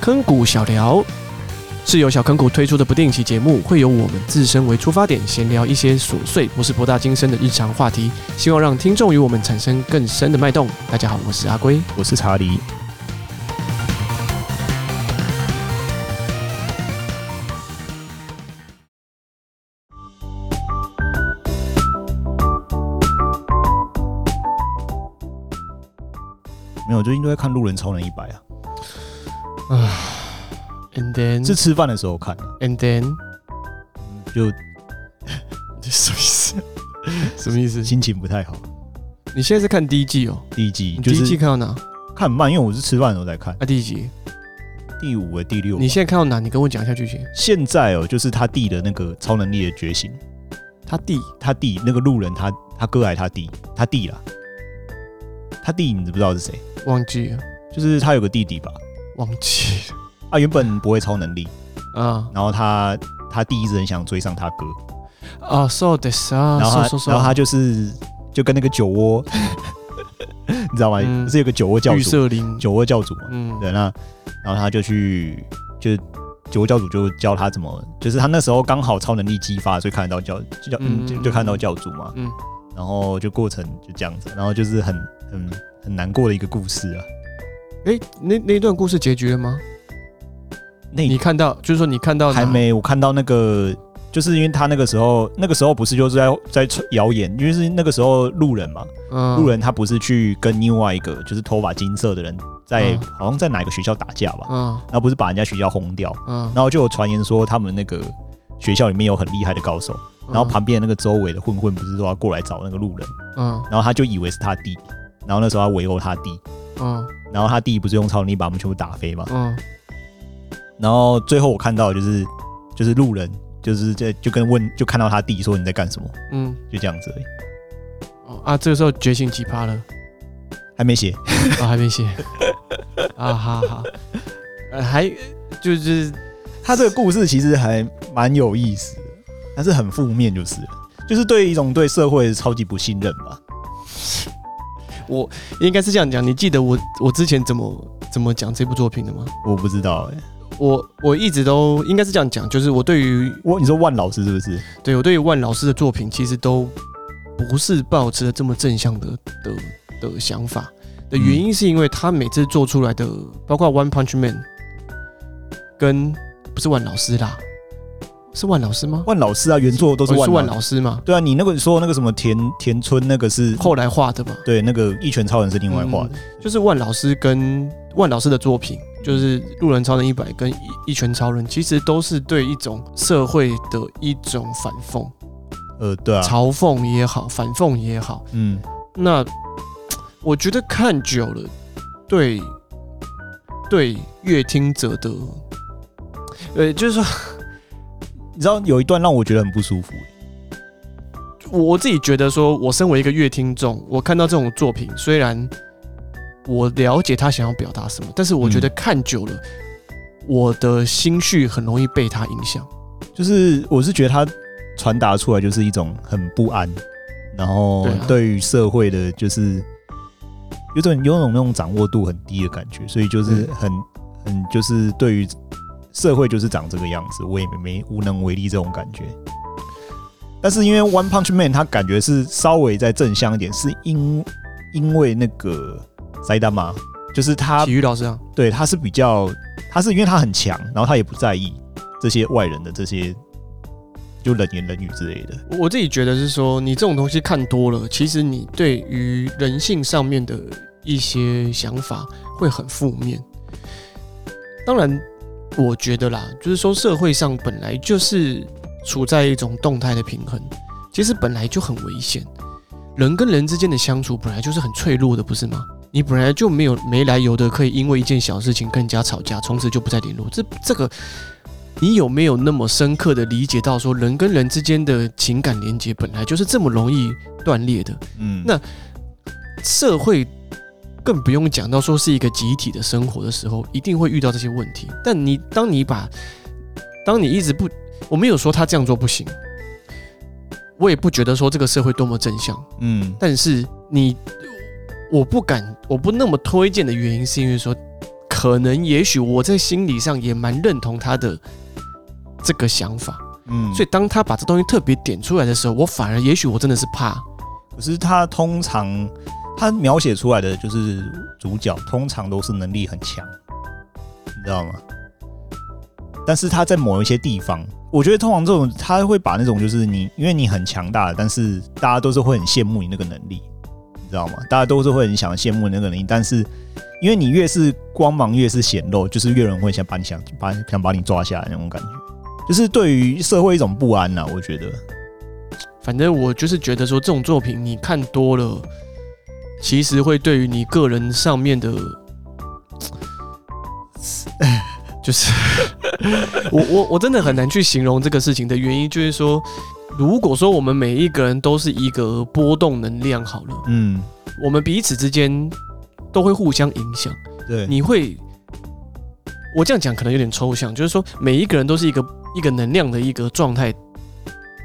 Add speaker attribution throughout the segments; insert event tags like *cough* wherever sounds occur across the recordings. Speaker 1: 坑谷小聊，是由小坑谷推出的不定期节目，会由我们自身为出发点，闲聊一些琐碎或是博大精深的日常话题，希望让听众与我们产生更深的脉动。大家好，我是阿龟。
Speaker 2: 我是查理。没有，最近都在看《路人超能一百》啊，
Speaker 1: And then，
Speaker 2: 是吃饭的时候看的，
Speaker 1: and then，
Speaker 2: 就
Speaker 1: *laughs* 这什么意思？什么意思？
Speaker 2: 心情不太好。
Speaker 1: 你现在是看第一季哦？
Speaker 2: 第一季
Speaker 1: 你
Speaker 2: 就
Speaker 1: 第一季
Speaker 2: 是
Speaker 1: 看到哪？
Speaker 2: 看很慢，因为我是吃饭的时候在看，
Speaker 1: 啊，第一集。
Speaker 2: 第五个、第六个。
Speaker 1: 你现在看到哪？你跟我讲一下剧情。
Speaker 2: 现在哦，就是他弟的那个超能力的觉醒，
Speaker 1: 他弟
Speaker 2: 他弟那个路人他，他哥还他弟，他弟啦，他弟你知不知道是谁？
Speaker 1: 忘记了，
Speaker 2: 就是他有个弟弟吧，
Speaker 1: 忘记
Speaker 2: 他原本不会超能力， *laughs*
Speaker 1: 了啊
Speaker 2: 然后他他弟一直很想追上他哥，
Speaker 1: 啊，so this 啊，
Speaker 2: 然后他
Speaker 1: so so so，
Speaker 2: 然后他就是就跟那个酒窝， *laughs* 你知道吗？
Speaker 1: 嗯
Speaker 2: 不是有个酒窝教
Speaker 1: 绿
Speaker 2: 主，
Speaker 1: 色林，
Speaker 2: 酒窝教主嘛，
Speaker 1: 嗯，
Speaker 2: 对，那然后他就去就。酒窝教主就教他怎么，就是他那时候刚好超能力激发，所以看得到教教嗯
Speaker 1: 嗯
Speaker 2: 就就看到教主嘛，
Speaker 1: 嗯
Speaker 2: 然后就过程就这样子，然后就是很很很难过的一个故事啊。
Speaker 1: 哎、那那一段故事结局了吗？
Speaker 2: 那
Speaker 1: 你看到，就是说你看到哪
Speaker 2: 还，没，我看到那个，就是因为他那个时候，那个时候不是就是在在传谣言，因为是那个时候路人嘛，
Speaker 1: 嗯
Speaker 2: 路，人他不是去跟另外一个就是头发金色的人在、
Speaker 1: 嗯
Speaker 2: 好像在哪个学校打架吧，
Speaker 1: 嗯
Speaker 2: 然后不是把人家学校轰掉，
Speaker 1: 嗯，
Speaker 2: 然后就有传言说他们那个学校里面有很厉害的高手，然后旁边的那个周围的混混不是说要过来找那个路人，
Speaker 1: 嗯，
Speaker 2: 然后他就以为是他弟，然后那时候他围殴他弟，
Speaker 1: 嗯
Speaker 2: 然后他弟不是用超能力把他们全部打飞嘛，
Speaker 1: 嗯
Speaker 2: 然后最后我看到的就是就是路人，就是这就跟问就看到他弟说你在干什么，
Speaker 1: 嗯嗯，
Speaker 2: 就这样子而已，
Speaker 1: 哦啊，这个时候觉醒几趴了， *laughs*
Speaker 2: 还没写。
Speaker 1: 啊，还没写， *laughs* 啊哈哈，呃，还就是
Speaker 2: *laughs* 他这个故事其实还蛮有意思的，但是很负面就是了就是对一种对社会超级不信任吧。
Speaker 1: 应该是这样讲，你记得我我之前怎么怎么讲这部作品的吗？
Speaker 2: 我不知道哎、
Speaker 1: 我我一直都应该是这样讲，就是我对于
Speaker 2: 我你说万老师是不是？
Speaker 1: 对我对于万老师的作品，其实都不是抱持了这么正向的的的想法。的原
Speaker 2: 嗯
Speaker 1: 因是因为他每次做出来的，包括《One Punch Man》跟不是万老师啦，是万老师吗？
Speaker 2: 万老师啊，原作都是
Speaker 1: 哦
Speaker 2: 万
Speaker 1: 是
Speaker 2: 老
Speaker 1: 万老师嘛，
Speaker 2: 对啊，你那个说那个什么田田村那个是
Speaker 1: 后来画的嘛。嗯
Speaker 2: 对那个一拳超人是另外画的，
Speaker 1: 就是万老师跟万老师的作品，就是《路人超人一百》跟《一一拳超人》，其实都是对一种社会的一种反讽、
Speaker 2: 呃，对啊，
Speaker 1: 嘲讽也好，反讽也好。
Speaker 2: 嗯，
Speaker 1: 那我觉得看久了，对对乐听者的，呃，就是说
Speaker 2: 你知道有一段让我觉得很不舒服、
Speaker 1: 我自己觉得说，我身为一个乐听众，我看到这种作品，虽然我了解他想要表达什么，但是我觉得看久了，我的心绪很容易被他影响。
Speaker 2: 就是我是觉得他传达出来就是一种很不安，然后
Speaker 1: 对啊
Speaker 2: 对于社会的就是有种有种那种掌握度很低的感觉，所以就是
Speaker 1: 嗯
Speaker 2: 很很就是对于社会就是长这个样子，我也没没无能为力这种感觉。但是因为 One Punch Man 他感觉是稍微再正向一点，是因因为那个塞大妈，就是他
Speaker 1: 体育老师啊，
Speaker 2: 对，他是比较，他是因为他很强，然后他也不在意这些外人的这些就冷言冷语之类的。
Speaker 1: 我我自己觉得是说，你这种东西看多了，其实你对于人性上面的一些想法会很负面。当然，我觉得啦，就是说社会上本来就是处在一种动态的平衡，其实本来就很危险。人跟人之间的相处本来就是很脆弱的，不是吗？你本来就没有没来由的可以因为一件小事情跟人家吵架，从此就不再联络。这这个你有没有那么深刻的理解到，说人跟人之间的情感连接本来就是这么容易断裂的？
Speaker 2: 嗯
Speaker 1: 那社会更不用讲到说是一个集体的生活的时候，一定会遇到这些问题。但你当你把当你一直不，我没有说他这样做不行，我也不觉得说这个社会多么正向。
Speaker 2: 嗯，
Speaker 1: 但是你，我不敢，我不那么推荐的原因是因为说，可能也许我在心理上也蛮认同他的这个想法，
Speaker 2: 嗯，
Speaker 1: 所以当他把这东西特别点出来的时候，我反而也许我真的是怕，
Speaker 2: 可是他通常他描写出来的就是主角通常都是能力很强，你知道吗？但是他在某一些地方，我觉得通常这种他会把那种就是你因为你很强大，但是大家都是会很羡慕你那个能力，你知道吗？大家都是会很想羡慕你那个能力，但是因为你越是光芒越是显露，就是越有人会想把你想把想把你抓下来那种感觉，就是对于社会一种不安呐、啊我觉得，
Speaker 1: 反正我就是觉得说这种作品你看多了，其实会对于你个人上面的，就是 *laughs* 我我我真的很难去形容这个事情的原因，就是说，如果说我们每一个人都是一个波动能量好了，
Speaker 2: 嗯，
Speaker 1: 我们彼此之间都会互相影响。
Speaker 2: 对，
Speaker 1: 你会，我这样讲可能有点抽象，就是说每一个人都是一个一个能量的一个状态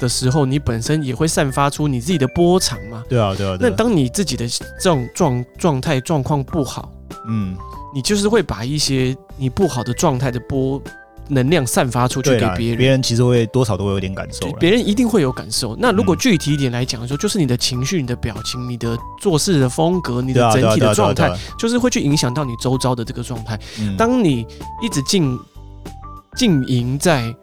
Speaker 1: 的时候，你本身也会散发出你自己的波长嘛。
Speaker 2: 对啊，对啊，对
Speaker 1: 那
Speaker 2: 啊
Speaker 1: 当你自己的这种状状态状况不好，
Speaker 2: 嗯，
Speaker 1: 你就是会把一些你不好的状态的波能量散发出去
Speaker 2: 对
Speaker 1: 给
Speaker 2: 啦
Speaker 1: 别人
Speaker 2: 别，人其实会多少都会有点感受
Speaker 1: 对
Speaker 2: 啦
Speaker 1: 别人一定会有感受。那如果
Speaker 2: 嗯
Speaker 1: 具体一点来讲，说就是你的情绪、你的表情、你的做事的风格、你
Speaker 2: 对
Speaker 1: 的
Speaker 2: 啊，
Speaker 1: 整
Speaker 2: 对啊
Speaker 1: 体
Speaker 2: 对
Speaker 1: 的
Speaker 2: 啊对啊
Speaker 1: 状态
Speaker 2: 对，啊
Speaker 1: 就是会去影响到你周遭的这个状态。
Speaker 2: 嗯
Speaker 1: 当你一直浸浸淫在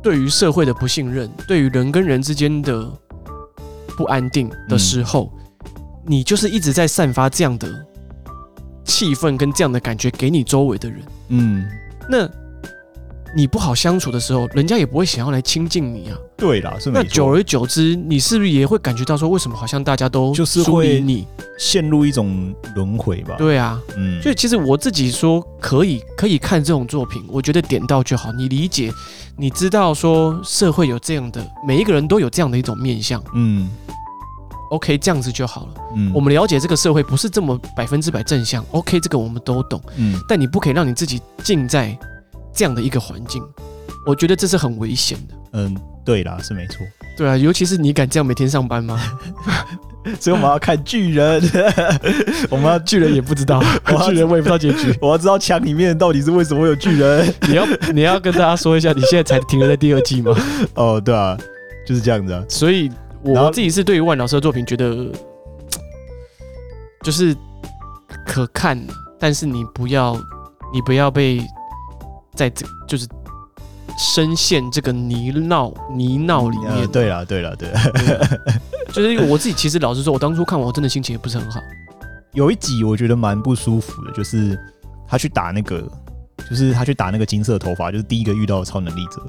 Speaker 1: 对于社会的不信任、对于人跟人之间的不安定的时候，
Speaker 2: 嗯
Speaker 1: 你就是一直在散发这样的气氛跟这样的感觉给你周围的人。
Speaker 2: 嗯，
Speaker 1: 那你不好相处的时候，人家也不会想要来亲近你啊。
Speaker 2: 对啦，是
Speaker 1: 那
Speaker 2: 没
Speaker 1: 久
Speaker 2: 错，
Speaker 1: 而久之，你是不是也会感觉到说，为什么好像大家都
Speaker 2: 就是
Speaker 1: 疏
Speaker 2: 会
Speaker 1: 离你？
Speaker 2: 陷入一种轮回吧，，
Speaker 1: 对啊，
Speaker 2: 嗯，
Speaker 1: 所以其实我自己说可以可以看这种作品，我觉得点到就好。你理解，你知道说社会有这样的，每一个人都有这样的一种面相。
Speaker 2: 嗯
Speaker 1: OK，这样子就好了。
Speaker 2: 嗯，
Speaker 1: 我们了解这个社会不是这么百分之百正向。OK，这个我们都懂，
Speaker 2: 嗯，
Speaker 1: 但你不可以让你自己浸在这样的一个环境，我觉得这是很危险的。
Speaker 2: 嗯，对啦，是没错， *laughs*
Speaker 1: 对啊，尤其是你敢这样每天上班 *laughs* 吗？
Speaker 2: 所以我们要看巨人， *laughs* 我们要
Speaker 1: 巨人也不知道， *laughs*
Speaker 2: 哇
Speaker 1: 巨人我也不知道结局。
Speaker 2: 我要知道墙里面到底是为什么会有巨人， *laughs*
Speaker 1: 你要你要跟大家说一下，你现在才停留在第二季吗？
Speaker 2: 哦，对啊，就是这样子啊，
Speaker 1: 所以
Speaker 2: 然
Speaker 1: 我
Speaker 2: 后
Speaker 1: 自己是对于万老师的作品觉得，嘖就是可看，但是你不要，你不要被在这就是深陷这个泥淖泥淖里
Speaker 2: 呃
Speaker 1: 面。
Speaker 2: 对啦，对啦，对啦，
Speaker 1: *laughs*
Speaker 2: *laughs*
Speaker 1: 就是我自己其实老实说，我当初看完我真的心情也不是很好。
Speaker 2: 有一集我觉得蛮不舒服的，就是他去打那个，就是他去打那个金色头发，就是第一个遇到的超能力者。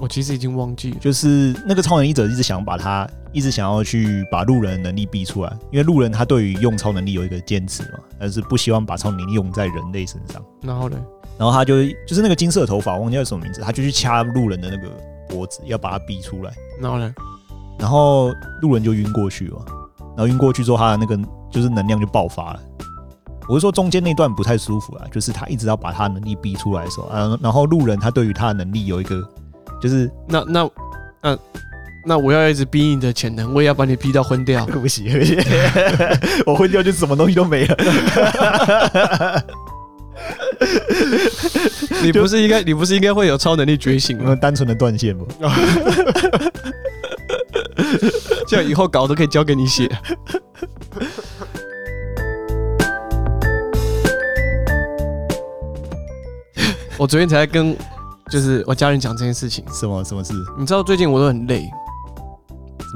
Speaker 1: 我其实已经忘记了，
Speaker 2: 就是那个超能力者一直想把他，一直想要去把路人的能力逼出来，因为路人他对于用超能力有一个坚持嘛，但是不希望把超能力用在人类身上。
Speaker 1: 然后呢，
Speaker 2: 然后他就就是那个金色头发，我忘记叫什么名字，他就去掐路人的那个脖子，要把他逼出来。
Speaker 1: 然后呢，
Speaker 2: 然后路人就晕过去了，然后晕过去之后，他的那个就是能量就爆发了。我是说中间那段不太舒服啊，就是他一直要把他的能力逼出来的时候，啊，然后路人他对于他的能力有一个，就是
Speaker 1: 那那那那我要一直逼你的潜能，我也要把你逼到昏
Speaker 2: *laughs*
Speaker 1: 掉。
Speaker 2: 不行，不行 *laughs* 我昏掉就什么东西都没了。
Speaker 1: 你不是应该你不是应该会有超能力觉醒
Speaker 2: 我
Speaker 1: 吗
Speaker 2: 们？单纯的断线吧。
Speaker 1: 这样以后稿都可以交给你写。我昨天才跟就是我家人讲这件事情，
Speaker 2: 什么什么事？什
Speaker 1: 你知道最近我都很累，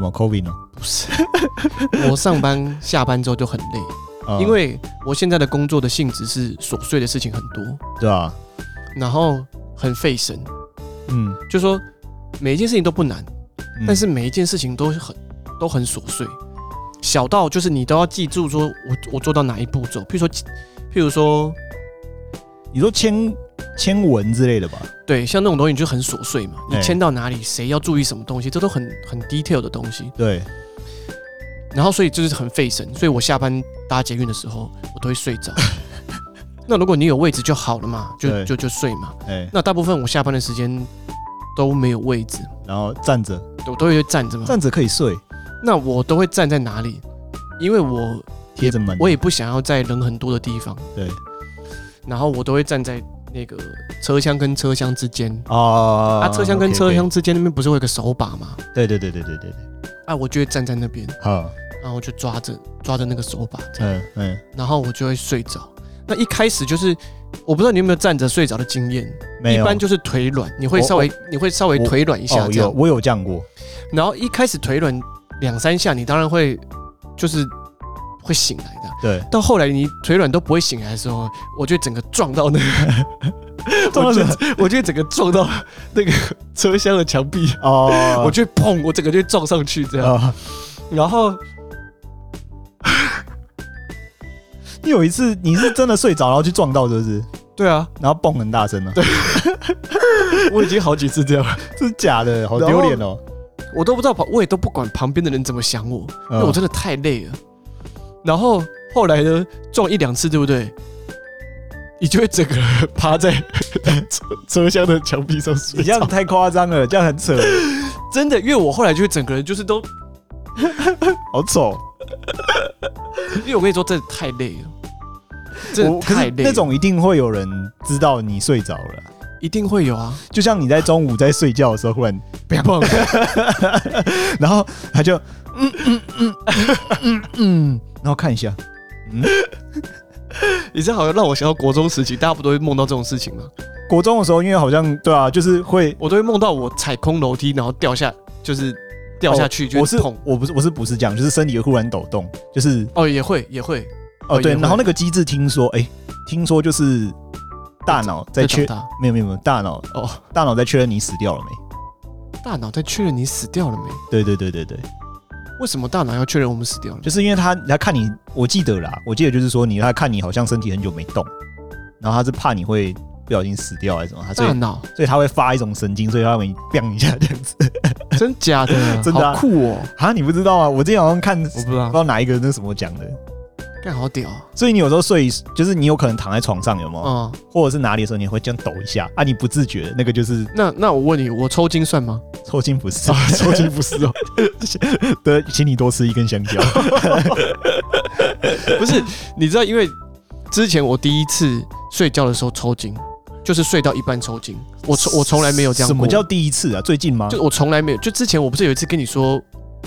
Speaker 2: 么 COVID 呢？
Speaker 1: 不是？我上班下班之后就很累，
Speaker 2: 啊
Speaker 1: 因为我现在的工作的性质是琐碎的事情很多，
Speaker 2: 对啊，
Speaker 1: 然后很费神，
Speaker 2: 嗯，
Speaker 1: 就说每一件事情都不难，
Speaker 2: 嗯
Speaker 1: 但是每一件事情都很都很琐碎，小到就是你都要记住说我我做到哪一步骤，譬如说譬如说
Speaker 2: 你说签签文之类的吧？
Speaker 1: 对，像那种东西你就很琐碎嘛，你
Speaker 2: 哎
Speaker 1: 签到哪里，谁要注意什么东西，这都很很 detail 的东西，
Speaker 2: 对，
Speaker 1: 然后所以就是很费神，所以我下班搭捷运的时候我都会睡着。 *laughs* 那如果你有位置就好了嘛，就
Speaker 2: 对
Speaker 1: 就就睡嘛。
Speaker 2: 哎，
Speaker 1: 那大部分我下班的时间都没有位置，
Speaker 2: 然后站着，
Speaker 1: 我都会站着嘛。
Speaker 2: 站着可以睡，
Speaker 1: 那我都会站在哪里？因为我
Speaker 2: 贴着门。
Speaker 1: 我也不想要在人很多的地方。
Speaker 2: 对，
Speaker 1: 然后我都会站在那个车厢跟车厢之间。
Speaker 2: 啊
Speaker 1: 啊，车厢跟
Speaker 2: OK，OK
Speaker 1: 车厢之间那边不是会有个手把吗？
Speaker 2: 对对对对对对对，
Speaker 1: 啊，我就会站在那边，
Speaker 2: 好，
Speaker 1: 然后我就抓着抓着那个手把，这样，
Speaker 2: 嗯嗯，
Speaker 1: 然后我就会睡着。那一开始就是，我不知道你有没有站着睡着的经验，
Speaker 2: 没
Speaker 1: 一
Speaker 2: 有，
Speaker 1: 般就是腿软，你会
Speaker 2: 我
Speaker 1: 稍微你会稍微
Speaker 2: 我
Speaker 1: 腿软一下
Speaker 2: 哦
Speaker 1: 这
Speaker 2: 有
Speaker 1: 样，
Speaker 2: 我有这样过，
Speaker 1: 然后一开始腿软两三下，你当然会就是会醒来的。
Speaker 2: *laughs* 对，
Speaker 1: 到后来你腿软都不会醒来的时候，我就整个撞到那个，
Speaker 2: 撞到
Speaker 1: 我
Speaker 2: 什
Speaker 1: 就
Speaker 2: 么
Speaker 1: 我就整个撞到那个车厢的墙壁，
Speaker 2: 哦，
Speaker 1: 我就砰，我整个就撞上去这样，
Speaker 2: 啊，
Speaker 1: 然后
Speaker 2: 你有一次你是真的睡着，然后去撞到，是不是？
Speaker 1: 对啊，
Speaker 2: 然后蹦很大声呢、啊对，
Speaker 1: 我已经好几次这样了，
Speaker 2: 这是假的，好丢脸哦。
Speaker 1: 我都不知道旁，我也都不管旁边的人怎么想我，
Speaker 2: 啊
Speaker 1: 因为我真的太累了。然后后来呢，撞一两次，对不对？你就会整个人趴在车车厢的墙壁上
Speaker 2: 你
Speaker 1: 睡
Speaker 2: 这
Speaker 1: 觉
Speaker 2: 样，太夸张了，这样很扯，
Speaker 1: 真的，因为我后来就会整个人就是都，
Speaker 2: 好丑。
Speaker 1: 因为我跟你说，真的太累了，真的
Speaker 2: 我可
Speaker 1: 太
Speaker 2: 是
Speaker 1: 累了，
Speaker 2: 那种一定会有人知道你睡着了，
Speaker 1: 一定会有啊，
Speaker 2: 就像你在中午在睡觉的时候，忽然，
Speaker 1: 不要碰，
Speaker 2: 然后他就嗯嗯嗯嗯嗯，然后看一下，嗯，
Speaker 1: 你这好像让我想到国中时期，大家不都会梦到这种事情吗？
Speaker 2: 国中的时候，因为好像对啊，就是会
Speaker 1: 我都会梦到我踩空楼梯，然后掉下，就是掉下去，
Speaker 2: 哦
Speaker 1: 就
Speaker 2: 我是
Speaker 1: 碰，
Speaker 2: 我不是我是不是这样，就是身体会忽然抖动，就是
Speaker 1: 哦，也会也会
Speaker 2: 哦对，
Speaker 1: 也会
Speaker 2: 然后那个机制听说，哎、听说就是大脑在
Speaker 1: 长
Speaker 2: 确
Speaker 1: 大
Speaker 2: 没有没有没有大脑
Speaker 1: 哦，
Speaker 2: 大脑在确认你死掉了没？
Speaker 1: 大脑在确认你死掉了没？
Speaker 2: 对对对对对，
Speaker 1: 为什么大脑要确认我们死掉了？
Speaker 2: 就是因为他他看你，我记得啦，我记得就是说你他看你好像身体很久没动，然后他是怕你会不小心死掉还是什么，他所以
Speaker 1: 大脑
Speaker 2: 所以他会发一种神经，所以他会砰一下这样子。 *laughs*
Speaker 1: 真假的，
Speaker 2: 真的啊
Speaker 1: 好酷哦！
Speaker 2: 啊，你不知道啊？我之前好像看
Speaker 1: 我
Speaker 2: 不
Speaker 1: 不知道
Speaker 2: 知，道哪一个那什么讲的，
Speaker 1: 干好屌啊
Speaker 2: 所以你有时候睡就是你有可能躺在床上有没有，
Speaker 1: 嗯！
Speaker 2: 或者是哪里的时候你会这样抖一下啊，你不自觉那个就是
Speaker 1: 那那我问你，我抽筋算吗？
Speaker 2: *laughs* 抽筋不适，抽筋不适哦。 *laughs* 对，请你多吃一根香蕉。
Speaker 1: 不是，你知道，因为之前我第一次睡觉的时候抽筋，就是睡到一半抽筋。我从我从来没有这样
Speaker 2: 什么
Speaker 1: 过
Speaker 2: 叫第一次啊？最近吗？
Speaker 1: 就我从来没有，就之前我不是有一次跟你说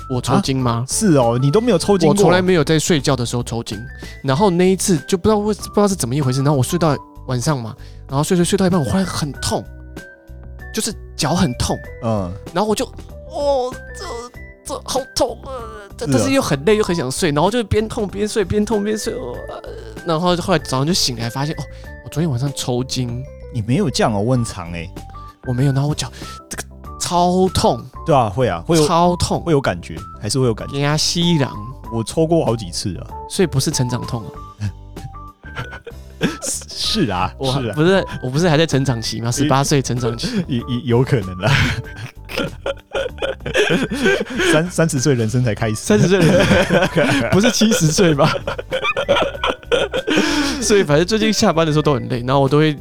Speaker 1: 我
Speaker 2: 啊
Speaker 1: 抽筋吗？
Speaker 2: 是哦，你都没有抽筋
Speaker 1: 我
Speaker 2: 过，
Speaker 1: 从来没有在睡觉的时候抽筋，然后那一次就不知道为不知道是怎么一回事，然后我睡到晚上嘛，然后睡睡睡到一半，我忽然很痛，就是脚很痛，
Speaker 2: 嗯，
Speaker 1: 然后我就哦，这这好痛啊！但
Speaker 2: 是
Speaker 1: 但
Speaker 2: 啊
Speaker 1: 是又很累，又很想睡，然后就边痛边睡，边痛边睡。哦呃然后后来早上就醒来，发现哦，我昨天晚上抽筋，
Speaker 2: 你没有这样哦，问长哎、
Speaker 1: 我没有，然后我脚这个超痛，
Speaker 2: 对啊，会啊，会有
Speaker 1: 超痛，
Speaker 2: 会有感觉，还是会有感觉。
Speaker 1: 牙西郎，
Speaker 2: 我抽过好几次啊，
Speaker 1: 所以不是成长痛啊，
Speaker 2: 是啊，
Speaker 1: 我
Speaker 2: 是啊，
Speaker 1: 不是我不是还在成长 *laughs* 期吗？十八岁成长期，
Speaker 2: 有有有可能啊啦。三三十岁人生才开始，
Speaker 1: *laughs*
Speaker 2: *laughs*
Speaker 1: 三十岁的不是七十岁吧？ *laughs* 所以反正最近下班的时候都很累，然后我都会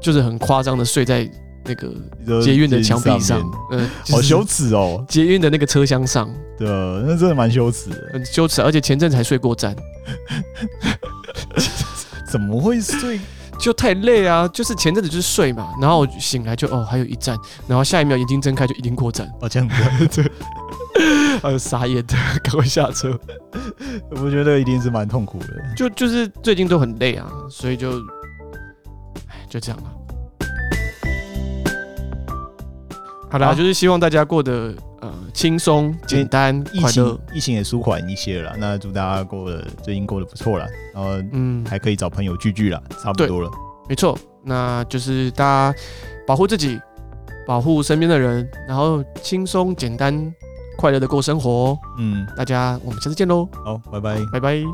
Speaker 1: 就是很夸张的睡在那个呃捷运的墙壁上
Speaker 2: 面，
Speaker 1: 呃，
Speaker 2: 好羞
Speaker 1: 耻。
Speaker 2: 耻哦。
Speaker 1: 捷运的那个车厢上
Speaker 2: 对，啊那真的蛮羞耻的。
Speaker 1: 很羞耻，而且前阵才睡过站，
Speaker 2: 怎么会睡？
Speaker 1: 就太累啊！就是前阵子就是睡嘛，然后我醒来就哦还有一站，然后下一秒眼睛睁开就已经过站， *laughs*
Speaker 2: 哦，这样子，
Speaker 1: 啊
Speaker 2: *laughs*
Speaker 1: 哎呦傻眼的，赶快下车。
Speaker 2: *laughs* 我觉得一定是蛮痛苦的。
Speaker 1: 就就是最近都很累啊，所以就，哎，就这样了。好啦，
Speaker 2: 好
Speaker 1: 就是希望大家过得呃轻松、简单、
Speaker 2: 疫
Speaker 1: 快乐
Speaker 2: 情。疫情也舒缓一些了，那祝大家过得最近过得不错啦，然后
Speaker 1: 嗯，
Speaker 2: 还可以找朋友聚聚啦，差不
Speaker 1: 对
Speaker 2: 多了。
Speaker 1: 没错，那就是大家保护自己，保护身边的人，然后轻松、简单、快乐的过生活哦。
Speaker 2: 嗯，
Speaker 1: 大家，我们下次见喽，
Speaker 2: 好，拜拜。
Speaker 1: 拜拜。